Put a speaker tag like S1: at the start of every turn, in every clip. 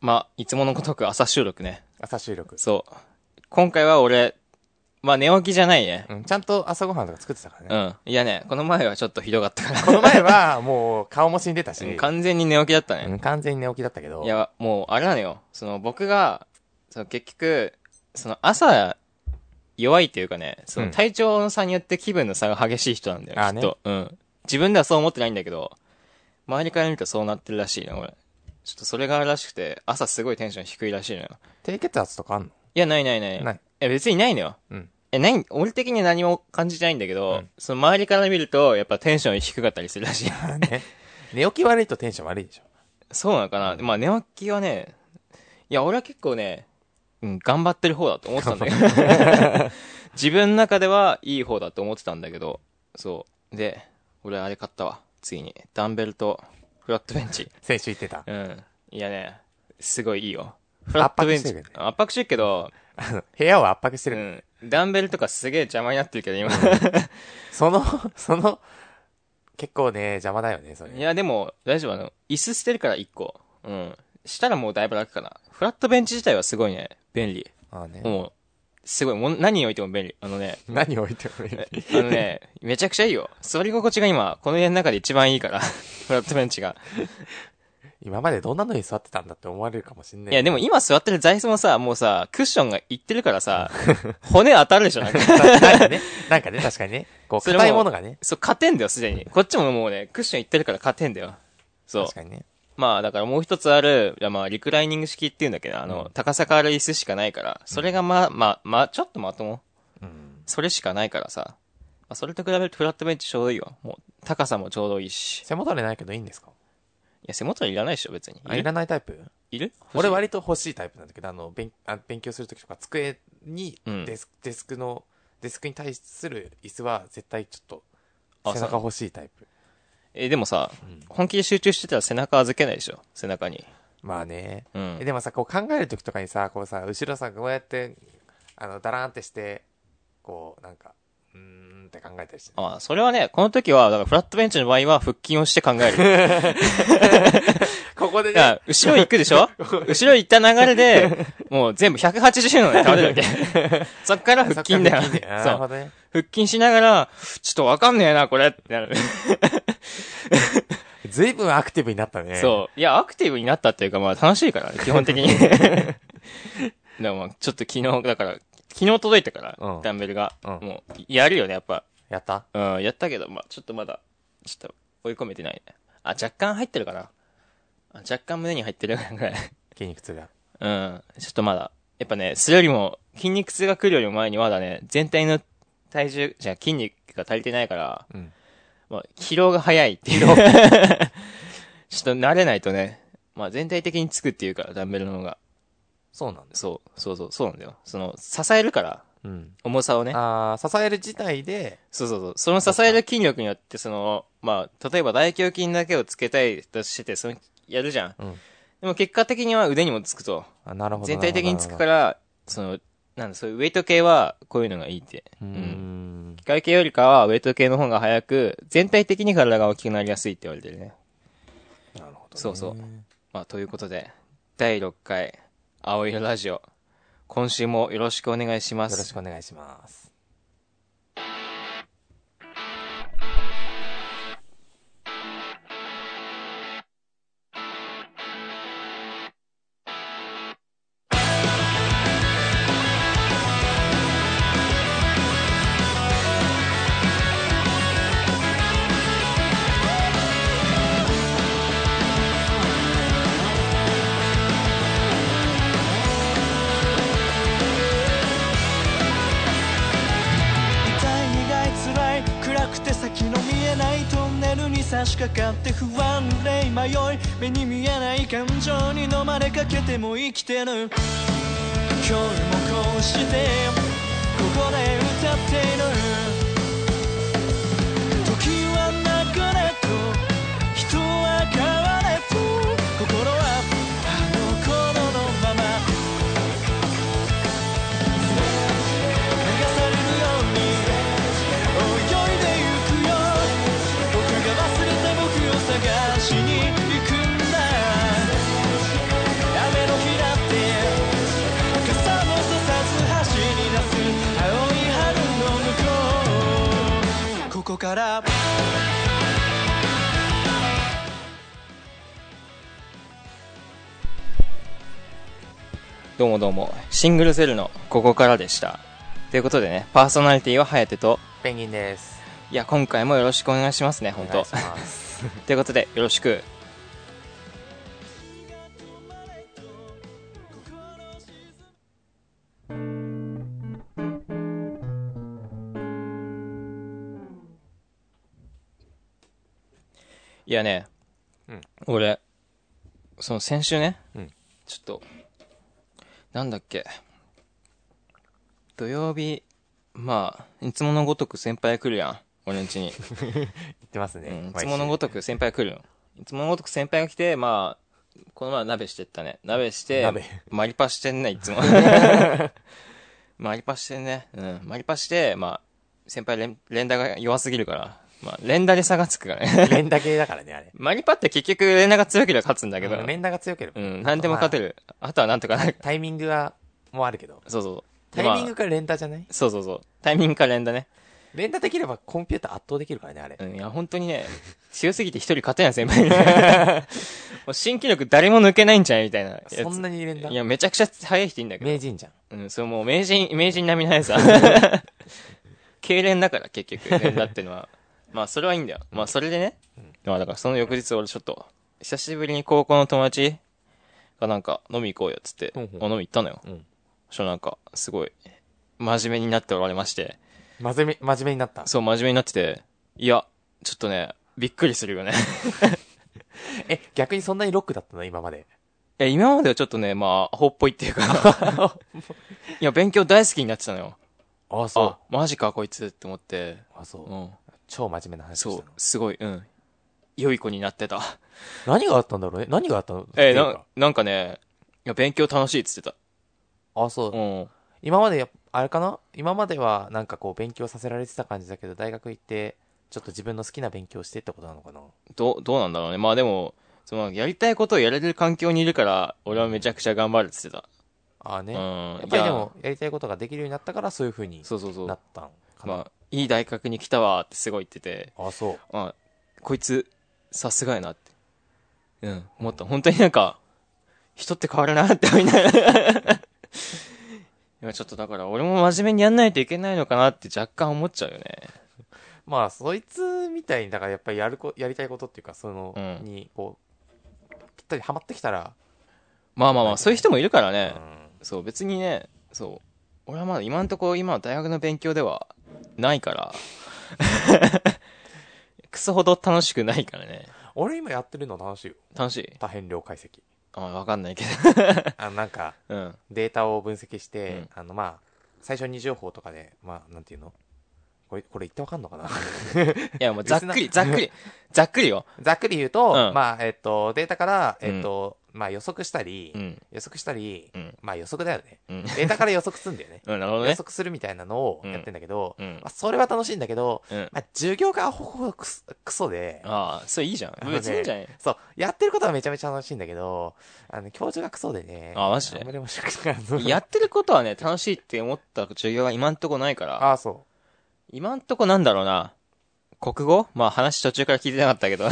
S1: まあ、いつものごとく朝収録ね。
S2: 朝収録、
S1: そう。今回は俺、まあ寝起きじゃないね。
S2: うん、ちゃんと朝ごはんとか作ってたからね、
S1: うん。いやね、この前はちょっとひどかったから。
S2: この前はもう顔も死んでたし、
S1: うん完全に寝起きだった
S2: う
S1: ね。
S2: ん完全に寝起きだったけど
S1: いや、もうあれなのよ。その僕が、その結局、その朝、弱いというかね、その体調の差によって気分の差が激しい人なんだよ、
S2: あー
S1: き
S2: ね
S1: っと。うん。自分ではそう思ってないんだけど、周りから見るとそうなってるらしいな、俺。ちょっとそれがあるらしくて、朝すごいテンション低いらしいのよ。
S2: 低血圧とかあんの
S1: いや、ないないない。
S2: ない
S1: や、別にないのよ。
S2: うん
S1: え、ない、俺的には何も感じてないんだけど、
S2: うん
S1: その周りから見ると、やっぱテンション低かったりするら しい。
S2: ね寝起き悪いとテンション悪いでしょ
S1: そうなのかな、まあ、寝起きはね、いや、俺は結構ね、うん、頑張ってる方だと思ってたんだけど。 自分の中ではいい方だと思ってたんだけど、そう。で、俺あれ買ったわ。ついに。ダンベルとフラットベンチ。
S2: 先週言ってた
S1: うん。いやね、すごいいいよ。フラッ
S2: 圧
S1: ト
S2: 迫
S1: ベン
S2: して
S1: チ
S2: るよね。
S1: 圧迫してるけど、
S2: あの部屋を圧迫して
S1: う
S2: る、
S1: ん。ダンベルとかすげえ邪魔になってるけど、今。
S2: そのその結構ね邪魔だよねそれ
S1: いや、でも、大丈夫。あの、椅子捨てるから1個。うん。したらもうだいぶ楽かな。フラットベンチ自体はすごいね、便利。
S2: ああね、
S1: もう、すごい。もう何に置いても便利。あのね、
S2: 何を置いてもいい
S1: えあのね、めちゃくちゃいいよ。座り心地が今、この家の中で一番いいから。フラットベンチが。
S2: 今までどんなのに座ってたんだって思われるかもしんない
S1: いや、でも今座ってる座椅子もさ、もうさ、クッションがいってるからさ、骨当たるでしょ、なんか。
S2: なんかねなんかね確かにねこう
S1: それも
S2: 硬いものがね
S1: そう、勝てんだよ、すでに。こっちももうね、クッションいってるから勝てんだよ。そう
S2: 確。かにね
S1: まあ、だからもう一つある、いやまあ、リクライニング式っていうんだけど、あの、高さがある椅子しかないから、それがまあ、まあ、まあ、ちょっとまとも。
S2: うん
S1: それしかないからさ。まあ、それと比べるとフラットベンチちょうどいいわ。もう、高さもちょうどいいし。い
S2: 背もたれないけどいいんですか
S1: や、背もたれいらないでしょ、別に。
S2: あ
S1: い
S2: い
S1: る
S2: らないタイプ
S1: いる
S2: 俺、割と欲しいタイプなんだけど、あの、勉あ勉強するときとか、机に
S1: うん
S2: デスク、デスクの、デスクに対する椅子は絶対ちょっ
S1: あ
S2: と、背中欲しいタイプ。
S1: え、でもさ、
S2: ん
S1: 本気で集中してたら背中預けないでしょ、背中に。
S2: まあね。
S1: うん
S2: えでもさ、こう考えるときとかにさ、こうさ、後ろさ、こうやって、あの、だらーんってして、こう、なんか、うーんって考えたりして。
S1: ああ、それはね、この時は、だからフラットベンチの場合は腹筋をして考える。
S2: ここで
S1: いや
S2: ね、、
S1: 後ろ行くでしょ後ろ行った流れ で、もう全部180度で倒れるわけ。そっから腹筋だよ。
S2: サッカー腹筋ねあー
S1: そ
S2: な
S1: う
S2: るほどね。
S1: 腹筋しながら、ちょっとわかんねえな、これってなる。
S2: ずいぶんアクティブになったね。
S1: そう。いや、アクティブになったっていうか、まあ楽しい から、基本的に。でも、ちょっと昨日、だから、昨日届いたから、
S2: うん
S1: ダンベルが。
S2: うん
S1: もう、やるよね、やっぱ。
S2: う。やった
S1: うん、やったけど、まあちょっとまだ、ちょっと追い込めてないね。あ、若干入ってるかな。あ若干胸に入ってるぐらい。
S2: 筋肉痛が。
S1: うん、ちょっとまだ。やっぱね、それよりも、筋肉痛が来るよりも前にまだね、全体の体重、じゃあ筋肉が足りてないから、
S2: うん
S1: まあ、疲労が早いって いう。ちょっと慣れないとね、まあ全体的につくっていうか、ダンベルの方が。
S2: そうなんです。
S1: そう、そうそう、そうなんだよ。その、支えるから、
S2: うん。
S1: 重さをね。
S2: あー支える自体で、
S1: そうそうそう。その支える筋力によって、その、まあ、例えば大胸筋だけをつけたいとしてて、その、やるじゃん。
S2: うん
S1: でも結果的には腕にもつくと。
S2: あなるほど。
S1: 全体的につく
S2: ら
S1: から、その、なんだ、そういうウェイト系は、こういうのがいいって。
S2: うー
S1: うん。
S2: ん
S1: 機械系よりかは、ウェイト系の方が早く、全体的に体が大きくなりやすいって言われてるね。
S2: なるほど、
S1: そうそう。まあ、ということで、第6回、青色ラジオ。今週もよろしくお願いしま
S2: よろし
S1: す。
S2: くお願いします。
S3: 痛い苦い辛い暗くて先の見えないトンネルに差し掛かって不安で迷い目に見えない感情に飲まれかけても生きてる今日もこうしてここで歌っている時は流れと人は変われと心はあの頃のまま流されるように泳いでゆくよ僕が忘れた僕を探しに行くんだ雨のこから
S1: どうもどうも、シングルセルのここからでした。ということでね、パーソナリティは颯と、
S2: ペンギンです。
S1: いや、今回もよろしくお願いしますね、本
S2: お願い
S1: 当
S2: します。
S1: ということで、よろしく。いやね、
S2: うん
S1: 俺、その先週ね、
S2: うん
S1: ちょっと、なんだっけ、土曜日、まあ、いつものごとく先輩来るやん、俺ん家 に。
S2: 言ってますね。
S1: うんい
S2: 毎
S1: つ
S2: 週
S1: ものごとく先輩来るの。いつものごとく先輩が来て、まあ、この前鍋してったね。鍋して、
S2: 鍋
S1: マリパしてんね、いつ も。マリパしてんね。うん。マリパして、まあ、先輩連、連打が弱すぎるから。まあ、連打で差がつくから ね。
S2: 連打系だからね、あれ。
S1: マリパって結局連打が強ければ勝つんだけど。
S2: 連打が強ければ。
S1: うん。何でも勝て
S2: る。
S1: る。あとはなんとかなる。
S2: タイミングは、もうあるけど。
S1: そうそうそう。
S2: タ
S1: で
S2: イミング
S1: まあ
S2: から連打じゃない
S1: そうそうそう。タイミングか連打ね。
S2: 連打できればコンピューター圧倒できるからね、あれ
S1: う。ん、いや、本当にね、強すぎて一人勝てない先輩に。も う新記録誰も抜けないんじゃないみたいなやつ。
S2: そんなに連打
S1: いや、めちゃくちゃ速い人いんだけど。
S2: 名人じゃん。
S1: うん、それもう名人、名人並みの 速さ。痙攣だから、結局、連打ってのは。まあ、それはいいんだよ。まあ、それでね。まあ、だから、その翌日俺ちょっと、久しぶりに高校の友達がなんか、飲み行こうよ、っつって、
S2: うんうん
S1: お飲み行ったのよ。
S2: うん
S1: そしたらなんか、すごい、真面目になっておられまして。
S2: 真面目、真面目になった。
S1: そう、真面目になってて、いや、ちょっとね、びっくりするよね。
S2: え、逆にそんなにロックだったの今まで。
S1: え、今まではちょっとね、まあ、アホっぽいっていうか。 いや、勉強大好きになってたのよ。
S2: ああ、
S1: あ
S2: そ、
S1: マジか、こいつって思って。
S2: う。あそうう。
S1: ん。
S2: 超真面目な話し
S1: そ
S2: た
S1: う
S2: の。、
S1: すごい、うん。良い子になって た。
S2: 何があったんだろうね何があったの
S1: えー
S2: っていう
S1: な
S2: か、
S1: なんかね、いや、勉強楽しいっつってた。
S2: あそう
S1: う。ん。
S2: 今までや、あれかな今まではなんかこう勉強させられてた感じだけど、大学行って、ちょっと自分の好きな勉強してってことなのかな
S1: どう、どうなんだろうね。まあでも、その、やりたいことをやれる環境にいるから、俺はめちゃくちゃ頑張るっつってた。
S2: ああね。
S1: うん
S2: やっぱりでも、やりたいことができるようになったから、そういう風に
S1: そうそうそう。
S2: なっ
S1: ま
S2: たんかな。
S1: あ、いい大学に来たわーってすごい言ってて。
S2: あ、そう。
S1: あ、こいつ、さすがやなって。うん、思った。本当になんか、人って変わるなって思いながら。い や、ちょっとだから俺も真面目にやんないといけないのかなって若干思っちゃうよね。
S2: まあ、そいつみたいに、だからやっぱりやるこ、やりたいことっていうか、その、
S1: うん
S2: に、こう、ぴったりハマってきたら、
S1: まあまあま
S2: は
S1: あ、
S2: い
S1: そういう人もいるからね
S2: う。ん
S1: そう、別にね、そう。俺はまだ今のところ今の大学の勉強ではないから。 クソほど楽しくないからね。
S2: 俺今やってるの楽しいよ。
S1: 楽しい
S2: 多変量解析。
S1: あ、わかんないけ
S2: あなんか、
S1: ど。うん。
S2: データを分析して、
S1: うん
S2: あの、まあ、最初に情報とかで、まあ、なんていうのこれ、これ言ってわかんのかな
S1: いや、もうざっくり、ざっく り、ざっくりよ。
S2: ざっくり言うと、
S1: うん
S2: まあ、えっと、データから、えっと、まあ予測したり、
S1: うん。
S2: 予測したり、
S1: うん。
S2: まあ予測だよ ね。
S1: うん。。
S2: データから予測するんだよね
S1: うん、なるほど
S2: 予
S1: ね。
S2: 測するみたいなのをやってんだけど、
S1: うん。
S2: まあ、それは楽しいんだけど、
S1: うん。
S2: まあ、授業がほほくそクソで、
S1: ああ、それいいじゃん
S2: あ。のね
S1: 別にいいんじゃない
S2: そう、やってることはめちゃめちゃ楽しいんだけど、あの、教授がクソでね。
S1: あマジで
S2: んまり面白くないあの。
S1: やってることはね、楽しいって思った授業が今んとこないから、
S2: ああ、そ
S1: 今んとこなんだろうな。国語まあ話途中から聞いてなかったけ ど。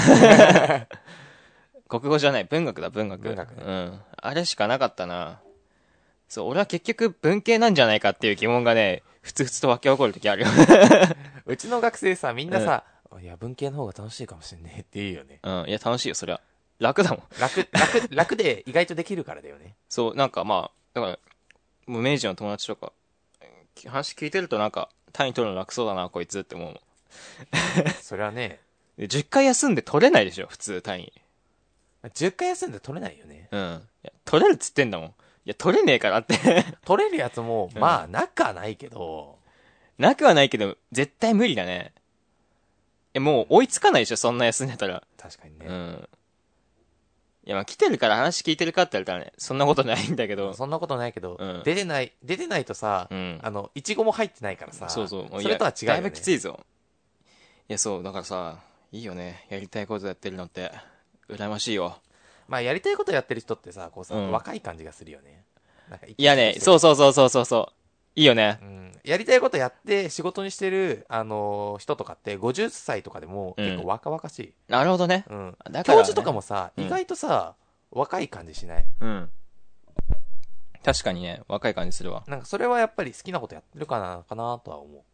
S1: 国語じゃない、文学だ、文学。
S2: 文学ね
S1: うん。あれしかなかったな。そう、俺は結局文系なんじゃないかっていう疑問がね、ふつふつと湧き起こる時 あるよ。
S2: う。うちの学生さ、みんなさ、いや、文系の方が楽しいかもしんねえって言うよね。
S1: うん。いや、楽しいよ、そりゃ。楽だもん。
S2: 楽、楽、楽で意外とできるからだよね。
S1: そう、なんかまあ、だから、無名人の友達とか、き話聞いてるとなんか、単位取るの楽そうだな、こいつって思うもん。
S2: それはね、
S1: で10回休んで取れないでしょ、普通単位。
S2: 10回休んで取れないよね。
S1: うん。いや取れるっつってんだもん。いや、取れねえからって。
S2: 取れるやつも、まあ、なくはないけど、
S1: なくはないけど、絶対無理だね。え、もう追いつかないでしょ、そんな休んでたら。
S2: 確かに
S1: う
S2: ね。
S1: ん。いや、まあ来てるから話聞いてるかって言われたらね、そんなことないんだけど。
S2: そんなことないけど、
S1: うん
S2: 出てない、出てないとさ、
S1: うん
S2: あの、いちごも入ってないからさ、
S1: そうそう。もういや
S2: れとは違うよ、ね。
S1: だいぶきついぞ。いや、そう、だからさ、いいよね。やりたいことやってるのって、羨ましいよ。
S2: まあ、やりたいことやってる人ってさ、こうさ、
S1: うん
S2: 若い感じがするよね。なんか。
S1: いやね、そううそうそうそうそうそう。いいよね
S2: う。ん、やりたいことやって仕事にしてる、あのー人とかって50歳とかでも結構若々しい、
S1: なるほどね。
S2: うん
S1: だからね
S2: 教授とかもさ、
S1: うん
S2: 意外とさ若い感じしない
S1: うん。確かにね、若い感じするわ。
S2: なんかそれはやっぱり好きなことやってるからなのかなとは思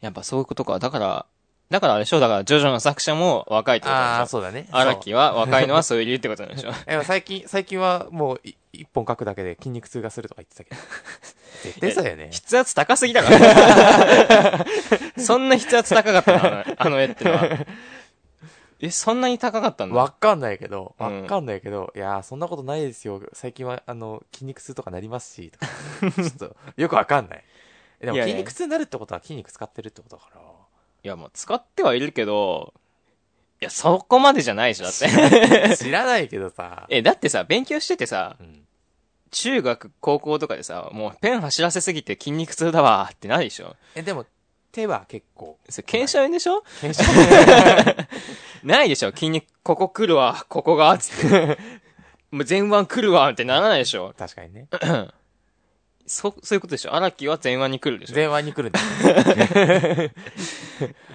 S1: やっぱそういうことか。だから、だからあれでしょだから、ジョジョの作者も若いっ
S2: う
S1: てこと
S2: ああ
S1: でしょ
S2: そうだね
S1: 荒木は若いのはそういう理由ってことなんでしょ
S2: そうえ最近最近はもうい一本書くだけで筋肉痛がするとか言って たけど絶対そうだよね
S1: 筆圧高すぎだから。そんな筆圧高かったのあのあの絵ってのは。え、そんなに高かったんだ。
S2: わかんないけど、
S1: うん
S2: わかんないけど、いやー、そんなことないですよ。最近は、あの、筋肉痛とかなりますし、とか ちょっと、よくわかんない。えで
S1: い
S2: も、
S1: やいや
S2: 筋肉痛になるってことは筋肉使ってるってことだから。
S1: いや、もう使ってはいるけど、いや、そこまでじゃないでしょ、だって。
S2: 知らないけどさ。
S1: え、だってさ、勉強しててさ
S2: う、ん。
S1: 中学、高校とかでさ、もうペン走らせすぎて筋肉痛だわーってなるでしょ
S2: え、でも、手は結構。
S1: それ、検証でしょ
S2: 検証
S1: ないでしょ筋肉、ここ来るわ、ここが、つって。もう前腕来るわ、ってならないでしょ
S2: 確か にね。
S1: そ、そういうことでしょ荒木は前腕に来るでしょ
S2: 前腕に来るんだ。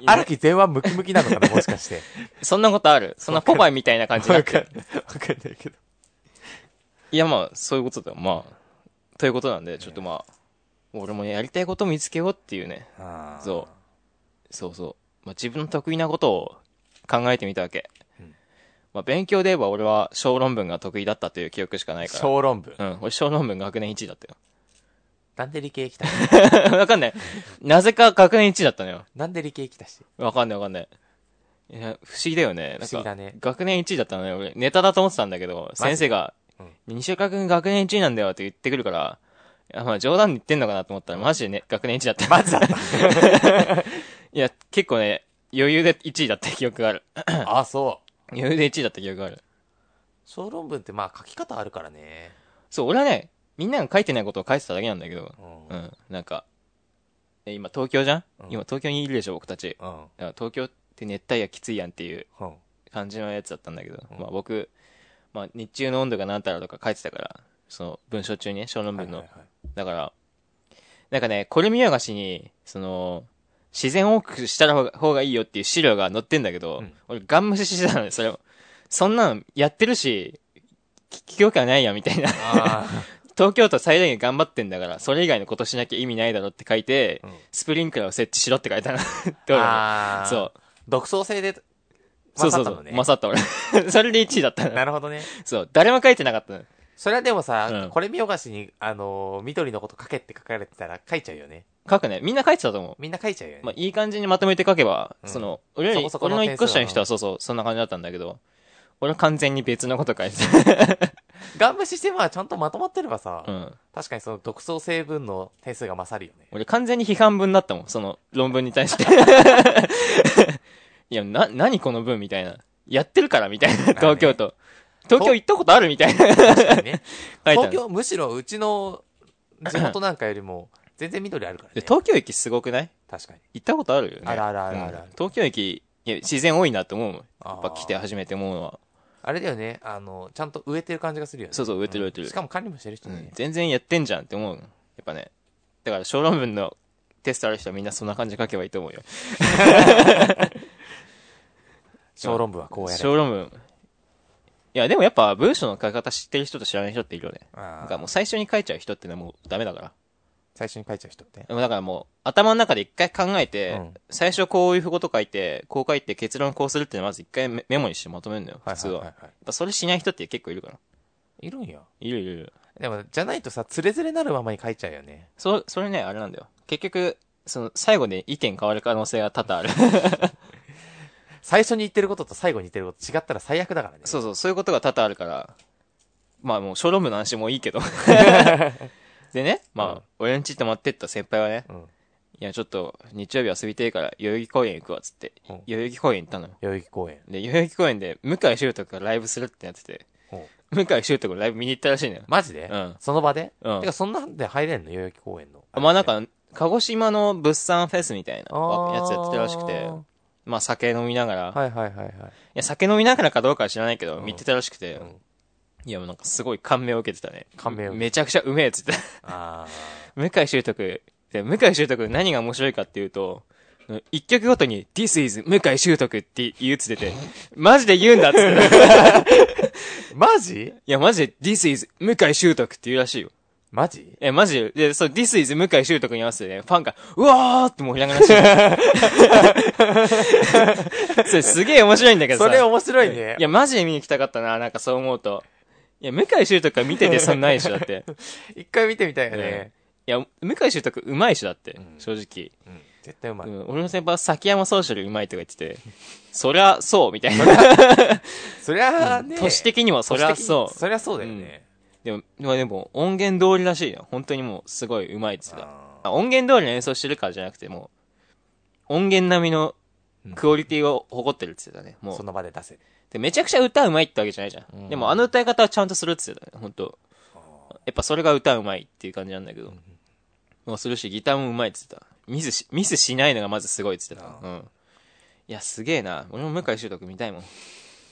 S2: 荒木前腕ムキムキなのかな、もしかして。
S1: そんなことあるそんなポパイみたいな感じにな
S2: わ
S1: って
S2: かん
S1: る。
S2: ない。わかんないけど。
S1: いや、まあ、そういうことだよ。まあ、ということなんで、ちょっとまあ、俺もやりたいこと見つけようっていうね。
S2: あー
S1: そう。そうそう。まあ、自分の得意なことを考えてみたわけ。
S2: うん
S1: まあ、勉強で言えば俺は小論文が得意だったという記憶しかないから。
S2: 小論文。
S1: うん、俺小論文学年1位だった
S2: なんで理系 来たし
S1: よ。 わかんない。なぜか学年1位だったのよ。
S2: なんで理系来たし。
S1: わかんないわかんない。いや、不思議だよね。なん
S2: 不思
S1: か
S2: 議だね
S1: 学年1位だったのね。俺、ネタだと思ってたんだけど、
S2: マジ
S1: 先生が
S2: うん、
S1: 西岡君学年1位なんだよって言ってくるから、いや、まあ冗談で言ってんのかなと思ったら、マジでね、学年1位だった。 マジ だった。いや、結構ね、余裕で1位だった記 憶がある。
S2: あ、そう。
S1: 余裕で1位だった記憶がある。
S2: 小論文ってまあ書き方あるからね。
S1: そう、俺はね、みんなが書いてないことを書いてただけなんだけど、
S2: うん
S1: う。ん、なんか、え今東京じゃん、
S2: うん
S1: 今東京にいるでしょ、僕たち。
S2: うん。
S1: だから東京って熱帯夜きついやんっていう
S2: うん。
S1: 感じのやつだったんだけど、
S2: うん
S1: まあ僕、まあ日中の温度が何たらとか書いてたから、その文章中にね、小論文の。
S2: はいはいはい
S1: だから、なんかね、これ見よがしに、その、自然を多くした方が方がいいよっていう資料が載ってんだけど、
S2: うん
S1: 俺ガン無視してたので、それを。そんなんやってるし、聞きよくはないや、みたいな。
S2: あ
S1: 東京都最大限頑張ってんだから、それ以外のことしなきゃ意味ないだろって書いて、
S2: ーうん
S1: スプリンクラーを設置しろって書いたの。 どうだ
S2: あ
S1: ろう
S2: ー
S1: そう。。
S2: 独創性で、
S1: そうそ
S2: 勝
S1: う
S2: った
S1: そ
S2: の
S1: う
S2: ね。。
S1: 勝った俺。 それで1位だったの。
S2: なるほどね。
S1: そう。誰も書いてなかったの。
S2: それはでもさ、
S1: うん
S2: これ見よがしに、あのー緑のこと書けって書かれてたら書いちゃうよね。
S1: 書くね。みんな書いてたと思う。
S2: みんな書いちゃうよね。
S1: まあ、いい感じにまとめて書けば、
S2: うん
S1: その、俺より
S2: そこそこ
S1: 俺
S2: の
S1: の
S2: 点
S1: 一
S2: 数
S1: 個
S2: だな
S1: 下の人はそうそう、そんな感じだったんだけど、俺は完全に別のこと書いて
S2: ガン無視してまあちゃんとまとまってればさ、
S1: た。うん。
S2: 確かにその独創成分の点数が勝るよ ね。
S1: 俺完全に批判文だったもん。その論文に対して。 いや、な、何この文みたいな。やってるからみたいな。
S2: ね
S1: 東京都。東京行ったことあるみたいな。書い
S2: 確かにね。
S1: たの
S2: 東京、むしろうちの地元なんかよりも、全然緑あるから
S1: で
S2: ね。
S1: 東京駅すごくない
S2: 確かに。
S1: 行ったことあるよね。
S2: あるあるあるある
S1: うん東京駅、いや、自然多いなって思うもん。
S2: あー
S1: やっぱ来て初めて思うのは。
S2: あれだよね、あの、ちゃんと植えてる感じがするよね。
S1: そうそう植えてる植えてる
S2: しかも管理もしてる人
S1: う
S2: ね。
S1: ん、全然やってんじゃんって思うのやっぱね。だから小論文のテストある人はみんなそんな感じで書けばいいと思うよ。
S2: 小論文はこうやれ。
S1: 小論文。いや、でもやっぱ文章の書き方知ってる人と知らない人っているよね。
S2: あ
S1: なん
S2: ー
S1: かもう最初に書いちゃう人ってのはもうダメだから。
S2: 最初に書いちゃう人って。
S1: でもだからもう頭の中で一回考えて、
S2: うん
S1: 最初こういうこと書いて、こう書いて結論こうするっていうのはまず一回メメモにしてまとめるのよ、普通は。やっ
S2: は
S1: ぱそれしない人って結構いるから。
S2: い。いるんや。
S1: いるいるいる。
S2: でも、じゃないとさ、つれづれなるままに書いちゃうよね。
S1: そ、それね、あれなんだよ。結局、その、最後で意見変わる可能性が多々ある。
S2: 最初に言ってることと最後に言ってること違ったら最悪だからね。
S1: そうそう、そういうことが多々あるから。まあもう、小論文の話もういいけ ど。でね、まあ、
S2: うん
S1: 俺んち泊まってった先輩はね、
S2: うん
S1: いや、ちょっと、日曜日遊びてえから、代々木公園行くわ、つって、
S2: うん
S1: 代々木公園行ったのよ。
S2: 代々木公園。
S1: で、代々木公園で、向井修徳がライブするってなってて、
S2: ほう
S1: 向井修徳のライブ見に行ったらしいのよ。
S2: マジで
S1: うん
S2: その場で
S1: うん
S2: てか、そんなんで入れんの代々木公園の。
S1: まあなん、か、鹿児島の物産フェスみたいな
S2: あー
S1: やつやってたらしくて、まあ酒飲みながら、
S2: はいはいはいはい。
S1: いや、酒飲みながらかどうかは知らないけど、
S2: うん
S1: 見てたらしくて、
S2: うん
S1: いや、もうなんかすごい感銘を受けてたね。
S2: 感銘を受け
S1: めちゃくちゃうめえっつってた。
S2: ああ。
S1: 向井修徳、で向井修徳何が面白いかっていうと、一曲ごとに This is 向井修徳って言うっつってて、マジで言うんだっつって た。い
S2: マジ
S1: や、マジで This is 向井修徳って言うらしいよ。
S2: マジ
S1: え、マジで、で、そう、This is 向井修徳に合わせてね、ファンが、うわーってもう開かな してるそれすげえ面白いんだけどさ。
S2: それ面白いね。
S1: いや、マジで見に行きたかったな、なんかそう思うと。いや、向井修徳は見ててそんないでしょ、だって。
S2: 一回見てみたいよね
S1: ね。いや、向井修徳うまいしだって、正直。
S2: うん絶対うまい。
S1: うん俺の先輩は崎山総書よりうまいとか言ってて、そりゃそう、みたいな。
S2: そりゃあね。
S1: 都市的にもそりゃそ
S2: 都市的に
S1: う。
S2: そりゃそうだよね。
S1: でも、まあでも、音源通りらしいよ。本当にもう、すごいうまいって言って
S2: あ
S1: た。あ音源通りの演奏してるからじゃなくて、もう、音源並みのクオリティを誇ってるって言ってたね。も。
S2: そうの場で出せる。
S1: で、めちゃくちゃ歌うまいってわけじゃないじゃん。
S2: うん
S1: でも、あの歌い方はちゃんとするって言ってたね。本当やっぱそれが歌うまいっていう感じなんだけど。もうするし、ギターもうまいって言ってた。ミスし、ミスしないのがまずすごいって言ってた。うん。いや、すげえな。俺も向井修徳見たいもん。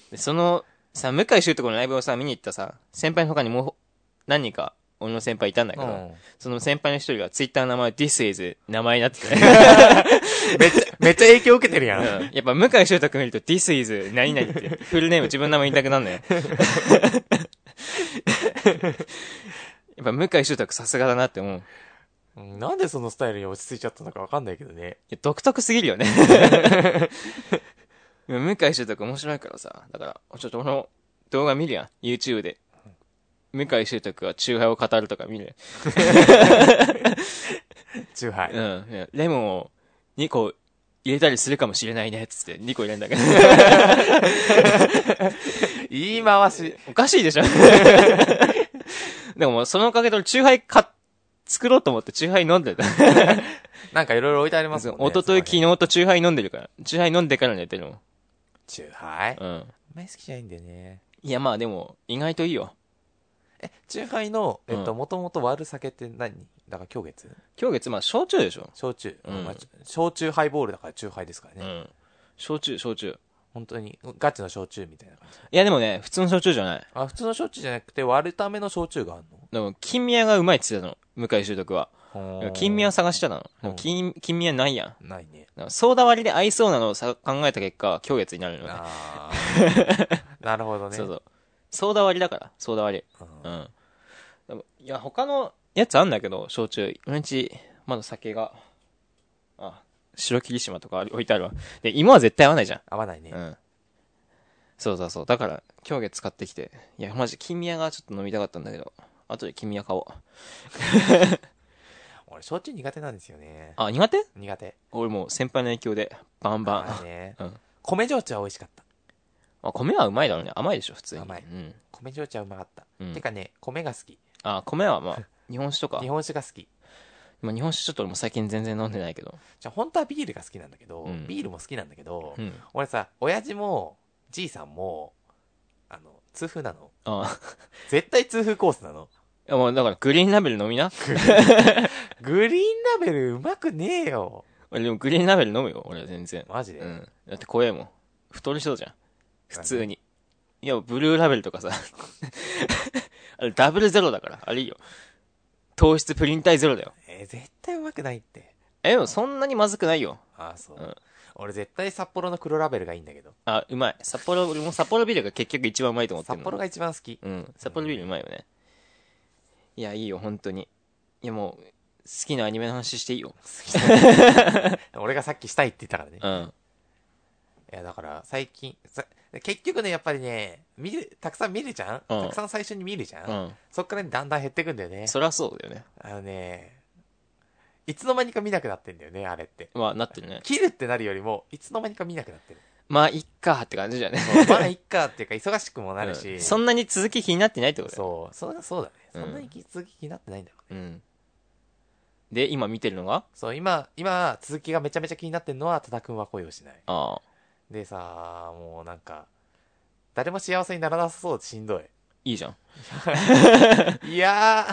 S1: で、その、さ、向井修徳のライブをさ、見に行ったさ、先輩の他にもう、何人か、俺の先輩いたんだけど、
S2: うん
S1: その先輩の一人がツイッターの名前、This is 名前になってて、
S2: めっちゃ、めっちゃ影響受けてるや。
S1: うんんやっぱ向井修徳見ると This is 何々って、フルネーム自分の名前言いたくなんのよ。やっぱ向井修徳さすがだなって思う。
S2: うんなんでそのスタイルに落ち着いちゃったのかわかんないけどね。
S1: いや、独特すぎるよね。でも向井修徳面白いからさ。だから、ちょっとこの動画見るやん。YouTube で。向井修徳がチューハイを語るとか見る
S2: チューハイ。
S1: やん。うんいや。レモンを2個入れたりするかもしれないね、つって2個入れんだけど。
S2: 言い回し。
S1: おかしいでしょ でももうそのおかげで俺チューハイか、作ろうと思ってチューハイ飲んでた。
S2: なんかいろいろ置いてありますもんね。
S1: 一昨日昨
S2: その辺
S1: 日とチューハイ飲んでるから。チューハイ飲んでから寝てるもん。
S2: チューハイあん
S1: うん。
S2: まり好きじゃないんだよね。
S1: いやまあでも、意外といいよ。
S2: え、チューハイの、えっと、
S1: うん
S2: もともと割る酒って何だから今日月
S1: 今日月、まあ焼酎でしょ
S2: 焼酎。
S1: うん
S2: まあ焼酎ハイボールだからチューハイですからね。
S1: うん。焼酎、焼酎。
S2: 本当に、ガチの焼酎みたいな感じ。
S1: いやでもね、普通の焼酎じゃない。
S2: あ、普通の焼酎じゃなくて割るための焼酎がある
S1: でも、金宮がうまいって言ってたの。向井修徳は。
S2: の
S1: 金宮探してたの。で
S2: うん
S1: も金、金宮ないやん。
S2: ないね。
S1: だからソーダ割りで合いそうなのをさ考えた結果、今日月になるのね。
S2: あー なるほどね。
S1: そうそう。ソーダ割りだから、ソーダ割り。
S2: うん
S1: うん。でも、いや、他のやつあんだけど、焼酎。うち、まだ酒が、あ、白霧島とか置いてあるわ。で、芋は絶対合わないじゃん。
S2: 合わないね
S1: う。ん。そうそうそう。だから、今日月買ってきて。いや、マジ、金宮がちょっと飲みたかったんだけど、後で金宮買おう。
S2: 俺、焼酎苦手なんですよね。
S1: あ、苦手
S2: 苦手。
S1: 俺もう先輩の影響で、バンバン。
S2: あーね
S1: うん。
S2: 米焼酎は美味しかった。
S1: あ、米はうまいだろうね。甘いでしょ、普通に。
S2: 甘い
S1: うん。
S2: 米焼酎はうまかった。
S1: うん
S2: てかね、米が好き。
S1: あ、米は まあ、日本酒とか。
S2: 日本酒が好き。
S1: まあ日本酒ちょっと俺も最近全然飲んでないけど。
S2: じゃあ本当はビールが好きなんだけど、
S1: うん
S2: ビールも好きなんだけど、
S1: うん。
S2: 俺さ、親父も、じいさんも、あの、痛風なの。
S1: あ
S2: 絶対痛風コースなの。
S1: あ。もうだからグリーンラベル飲みな。
S2: グリーンラベルうまくねえよ。
S1: 俺でもグリーンラベル飲むよ、俺は全然。
S2: マジで。
S1: うん。だって怖えもん。太りそうじゃん。普通に。いや、ブルーラベルとかさ。 あれダブルゼロだから。あれいいよ。糖質プリン体ゼロだよ。
S2: えー絶対うまくないって。
S1: え、でもそんなにまずくないよ。
S2: ああ、そう、
S1: うん
S2: 俺絶対札幌の黒ラベルがいいんだけど。
S1: あ、うまい。札幌、俺も札幌ビールが結局一番うまいと思ってる
S2: 札幌が一番好き。
S1: うん。札幌ビールうまいよね。いや、いいよ、本当に。いや、もう、好きなアニメの話していいよ。
S2: 俺がさっきしたいって言ったからね。
S1: う
S2: い
S1: ん。
S2: や、だから最近、さ結局ね、やっぱりね、見る、たくさん見るじゃ
S1: う
S2: ん、
S1: ん
S2: たくさん最初に見るじゃん、
S1: うん。
S2: そっからねだんだん減ってくんだよね。
S1: そりゃそうだよね。
S2: あのね、いつの間にか見なくなってんだよね、あれって。
S1: まあ、なってるね。
S2: 切るってなるよりも、いつの間にか見なくなってる。
S1: まあ、いっかって感じだよね。
S2: まあ、いっかっていうか、忙しくもなるし。
S1: うんそんなに続き気になってないってことだよ。
S2: そう、そう、そうだね。
S1: うん
S2: そんなに続きになってないんだろうね。
S1: うん。で、今見てるのが
S2: そう、今、今、続きがめちゃめちゃ気になってるのは、多田くんは恋をしない。
S1: ああ、
S2: でさ、もうなんか、誰も幸せにならなさそうでしんど
S1: いいじゃん。
S2: い。いや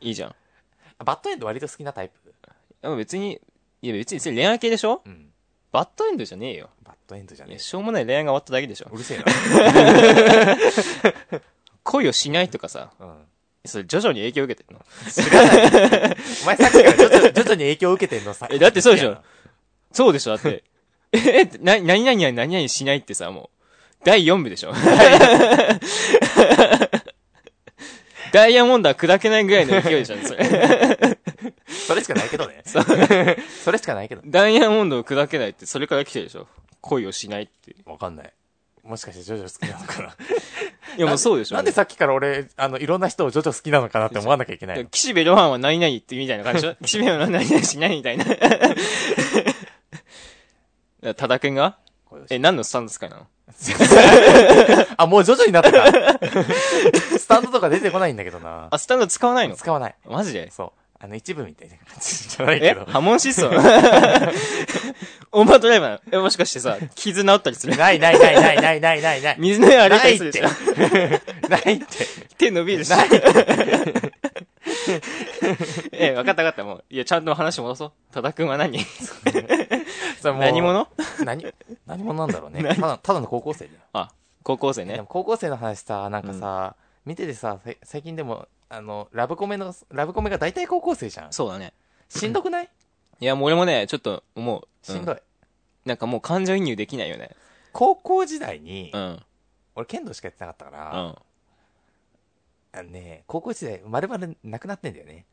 S1: いいじゃん。
S2: ー、バッドエンド割と好きなタイプ。
S1: でも別に、いや別にそれ恋愛系でしょ
S2: うん。
S1: バッドエンドじゃねえよ。
S2: バッドエンドじゃ
S1: い
S2: ね
S1: や、しょうもない恋愛が終わっただけでしょ
S2: え。うるせえ
S1: 恋をしないとかさ、
S2: な。うん。
S1: それ徐々に影響受けてるの。
S2: お前さっきから徐 々徐々に影響を受けてんのさ。
S1: えだってそうでしょそうでしょだっ て。え、な、何々は何々しないってさ、もう、第4部でし ょダイヤモンドは砕けないぐらいの勢いじゃん、それ。
S2: それしかないけどね。それしかないけど。
S1: ダイヤモンドを砕けないって、それから来てるでしょ恋をしないって。
S2: わかんない。もしかしてジョジョ好きなのかな。
S1: いや、もうそうでしょ
S2: なんでさっきから俺、あの、いろんな人をジョジョ好きなのかなって思わなきゃいけな
S1: だから
S2: いの。
S1: 岸辺露伴は何々ってみたいな感じで しょ岸辺露伴は何々しないみたいな。 だから多田くんがえ、何のスタンド使いなの
S2: あ、もうジョジョになったか。スタンドとか出てこないんだけどな。
S1: あ、スタンド使わないの
S2: 使わない。
S1: マジで
S2: そう。あの、一部みたいな感じじゃないけ
S1: え
S2: ど。
S1: 波紋 シストオーバードライバーなのえ、もしかしてさ、傷治ったりする
S2: ないないないないないないないない。
S1: 水の上歩い
S2: な
S1: た
S2: い
S1: りす
S2: って
S1: るでしょ。
S2: ないって。
S1: 手伸びるし。 え、分かった分かった。もう、いや、ちゃんと話戻そう。多田くんは何
S2: それもう
S1: 何者
S2: 何、何者なんだろうね。ただ、ただの高校生だよ。
S1: あ、高校生
S2: で
S1: ね
S2: も。高校生の話さ、なんかさ、見ててさ、さい最近でも、あの、ラブコメの、ラブコメが大体高校生じゃん。
S1: そうだね。
S2: しんどくない
S1: いや、もう俺もね、ちょっと、思う。
S2: しんどい。
S1: なんかもう感情移入できないよね。
S2: 高校時代に、
S1: うん。
S2: 俺剣道しかやってなかっ
S1: う
S2: たから、
S1: ん。
S2: あのね、高校時代、まるまるなくなってんだよね。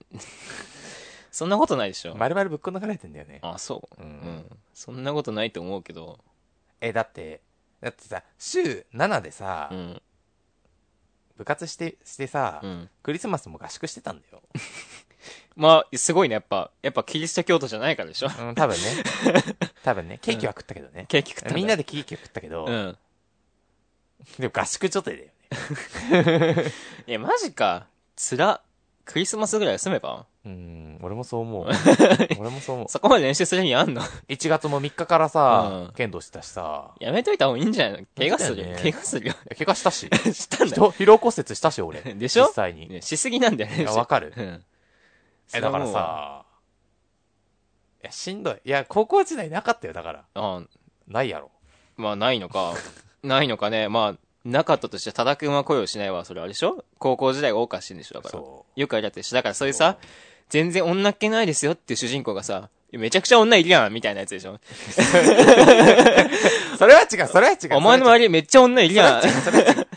S1: そんなことないでしょ。
S2: まるまるぶっこんなかれてんだよね。
S1: あ、そう。
S2: う
S1: うんん。そんなことないと思うけど。
S2: え、だって、だってさ、週7でさ
S1: う、ん。
S2: 部活して、してさ
S1: う、ん。
S2: クリスマスも合宿してたんだよ。
S1: まあ、すごいね。やっぱ、やっぱキリスト教徒じゃないからで しょ。
S2: うん、多分ね。多分ね。ケーキは食ったけどね。
S1: ケーキ食っただ
S2: みんなでケーキを食ったけど、
S1: うん。
S2: でも合宿所定だよね。
S1: いや、マジか。つら。クリスマスぐらい休めば
S2: うん、俺もそう 思う。俺もそう思う。
S1: そこまで練習する意味あんの
S2: 1月も3日からさ、
S1: うん
S2: 剣道してたしさ、
S1: やめといた方がいいんじゃないの怪我するよ
S2: 本当だよ。ね
S1: 怪我するよ。
S2: いや怪我したし、
S1: したんだよ。
S2: 人疲労骨折したし、俺。
S1: でしょ
S2: 実際に。
S1: ねしすぎなんだよ
S2: い
S1: ね。
S2: や、わかる
S1: う。ん。
S2: え、だからさ、いや、しんどい。いや、高校時代なかったよ、だから。
S1: それはもう。あ
S2: ないやろ。
S1: まあ、ないの か。ないのかね。まあ、なかったとして、多田くんは恋をしないわ。それあれでしょ高校時代が謳歌してんでしょだから。
S2: そ
S1: よくあれだってし、だからそういうさ、全然女っ気ないですよっていう主人公がさ、めちゃくちゃ女いるやんみたいなやつでしょ
S2: う。 それは違う、それは違う。
S1: お前の周りめっちゃ女いる
S2: それ
S1: や
S2: は違う、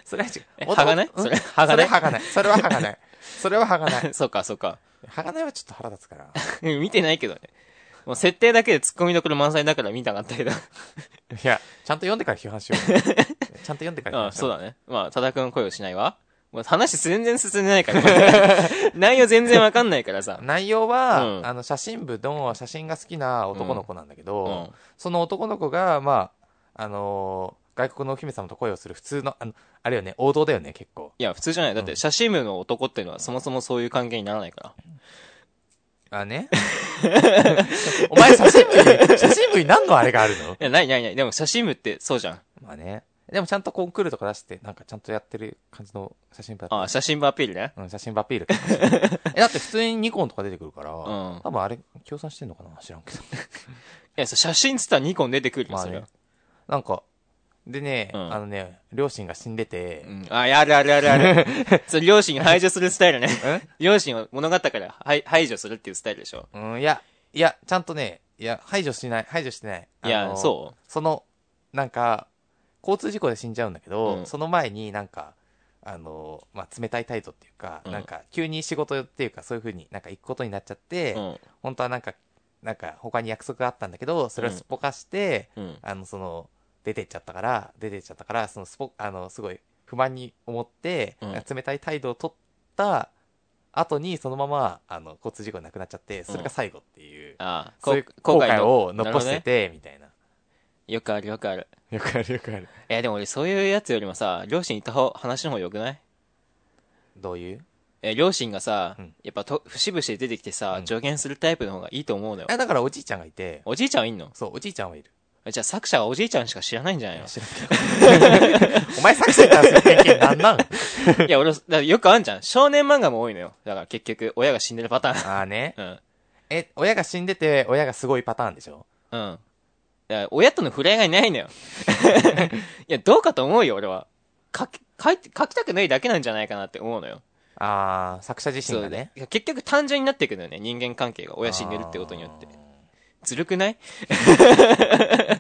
S2: それは違う。そ れは違う。
S1: え鋼
S2: うん
S1: それ
S2: それ
S1: 鋼
S2: はがない。それはがない。それはが ない。
S1: ん。そうか、そうか。
S2: はがないはちょっと腹立つから。
S1: うん見てないけどね。もう設定だけで突っ込みどころ満載だから見たかったけど。
S2: いや、ちゃんと読んでから批判し よう。ちゃんと読んでから批
S1: あ
S2: 判
S1: あ
S2: しよ
S1: そう
S2: う。
S1: だね。まあ、多田くん恋をしないわ。もう話全然進んでない から。 内容全然わかんないからさ。
S2: 内容は、
S1: うん
S2: あの、写真部の写真が好きな男の子なんだけど、
S1: うん。
S2: その男の子が、まあ、あのー外国のお姫様と恋をする普通の、あの、あれよね、王道だよね、結構。
S1: いや、普通じゃない。だって、写真部の男っていうのはそもそもそういう関係にならないから。
S2: あ、ね お前写真部に、写真部に何のあれがあるの
S1: いや、ないないない。でも写真部ってそうじゃん。
S2: まあね。でもちゃんとコンクールとか出して、なんかちゃんとやってる感じの写真部だった
S1: ああ写真部アピールね。
S2: うん、写真部アピール とかして。え、だって普通にニコンとか出てくるから、
S1: ん
S2: 多分あれ、協賛してんのかな知らんけど。
S1: いや、そう写真っつったらニコン出てくるよ、
S2: まあ
S1: それ
S2: ね
S1: は。。
S2: なんか、でね、
S1: うん
S2: あのね、両親が死んでて
S1: う、ん。あ、いやあるあるあるあ る。それ両親排除するスタイルね。
S2: え
S1: 両親を物語から排排除するっていうスタイルでしょ。
S2: うん、いや、いや、ちゃんとね、いや、排除しない、排除してない。
S1: いや、
S2: う。
S1: そ
S2: その、なんか、交通事故で死んじゃうんだけど、
S1: うん
S2: その前になんか、あの、まあ、冷たい態度っていうか、
S1: うん
S2: なんか、急に仕事っていうか、そういう風になんか行くことになっちゃって、
S1: う。うん。
S2: 本当はなんか、なんか、他に約束があったんだけど、それをすっぽかして、
S1: うん。
S2: あの、その、出てっちゃったから、出てっちゃったから、そのスポ、あの、すごい不満に思って、
S1: うん
S2: なんか冷たい態度を取った後に、そのまま、あの、交通事故で亡くなっちゃって、それが最後っていう、
S1: ああ、
S2: そういう後悔を残して
S1: て。
S2: て、みたいな。
S1: よくあるよくある。
S2: よくあるよくある。
S1: いや、でも俺そういうやつよりもさ、両親いた方、話の方がよくない
S2: どういう
S1: え、両親がさ、
S2: うん
S1: やっぱと、節々で出てきてさ、
S2: うん
S1: 助言するタイプの方がいいと思うのよ。
S2: あ、だからおじいちゃんがいて、
S1: おじいちゃんはいんの
S2: そう、おじいちゃんはいる。
S1: じゃあ作者はおじいちゃんしか知らないんじゃないの
S2: 知らんけど お前作者からする偏見なんなん
S1: いや、俺、だからよくあんじゃん。少年漫画も多いのよ。だから結局、親が死んでるパター
S2: ああね。
S1: ン。
S2: え、親が死んでて、親がすごいパターンでしょ
S1: うん。うん。だから親との触れ合いがないのよ。 いや、どうかと思うよ、俺は。書き、書いて、書きたくないだけなんじゃないかなって思うのよ。
S2: あああ、作者自身がね。
S1: そう結局単純になっていくのよね、人間関係が親死んでるってことによって
S2: あ。
S1: ずるくない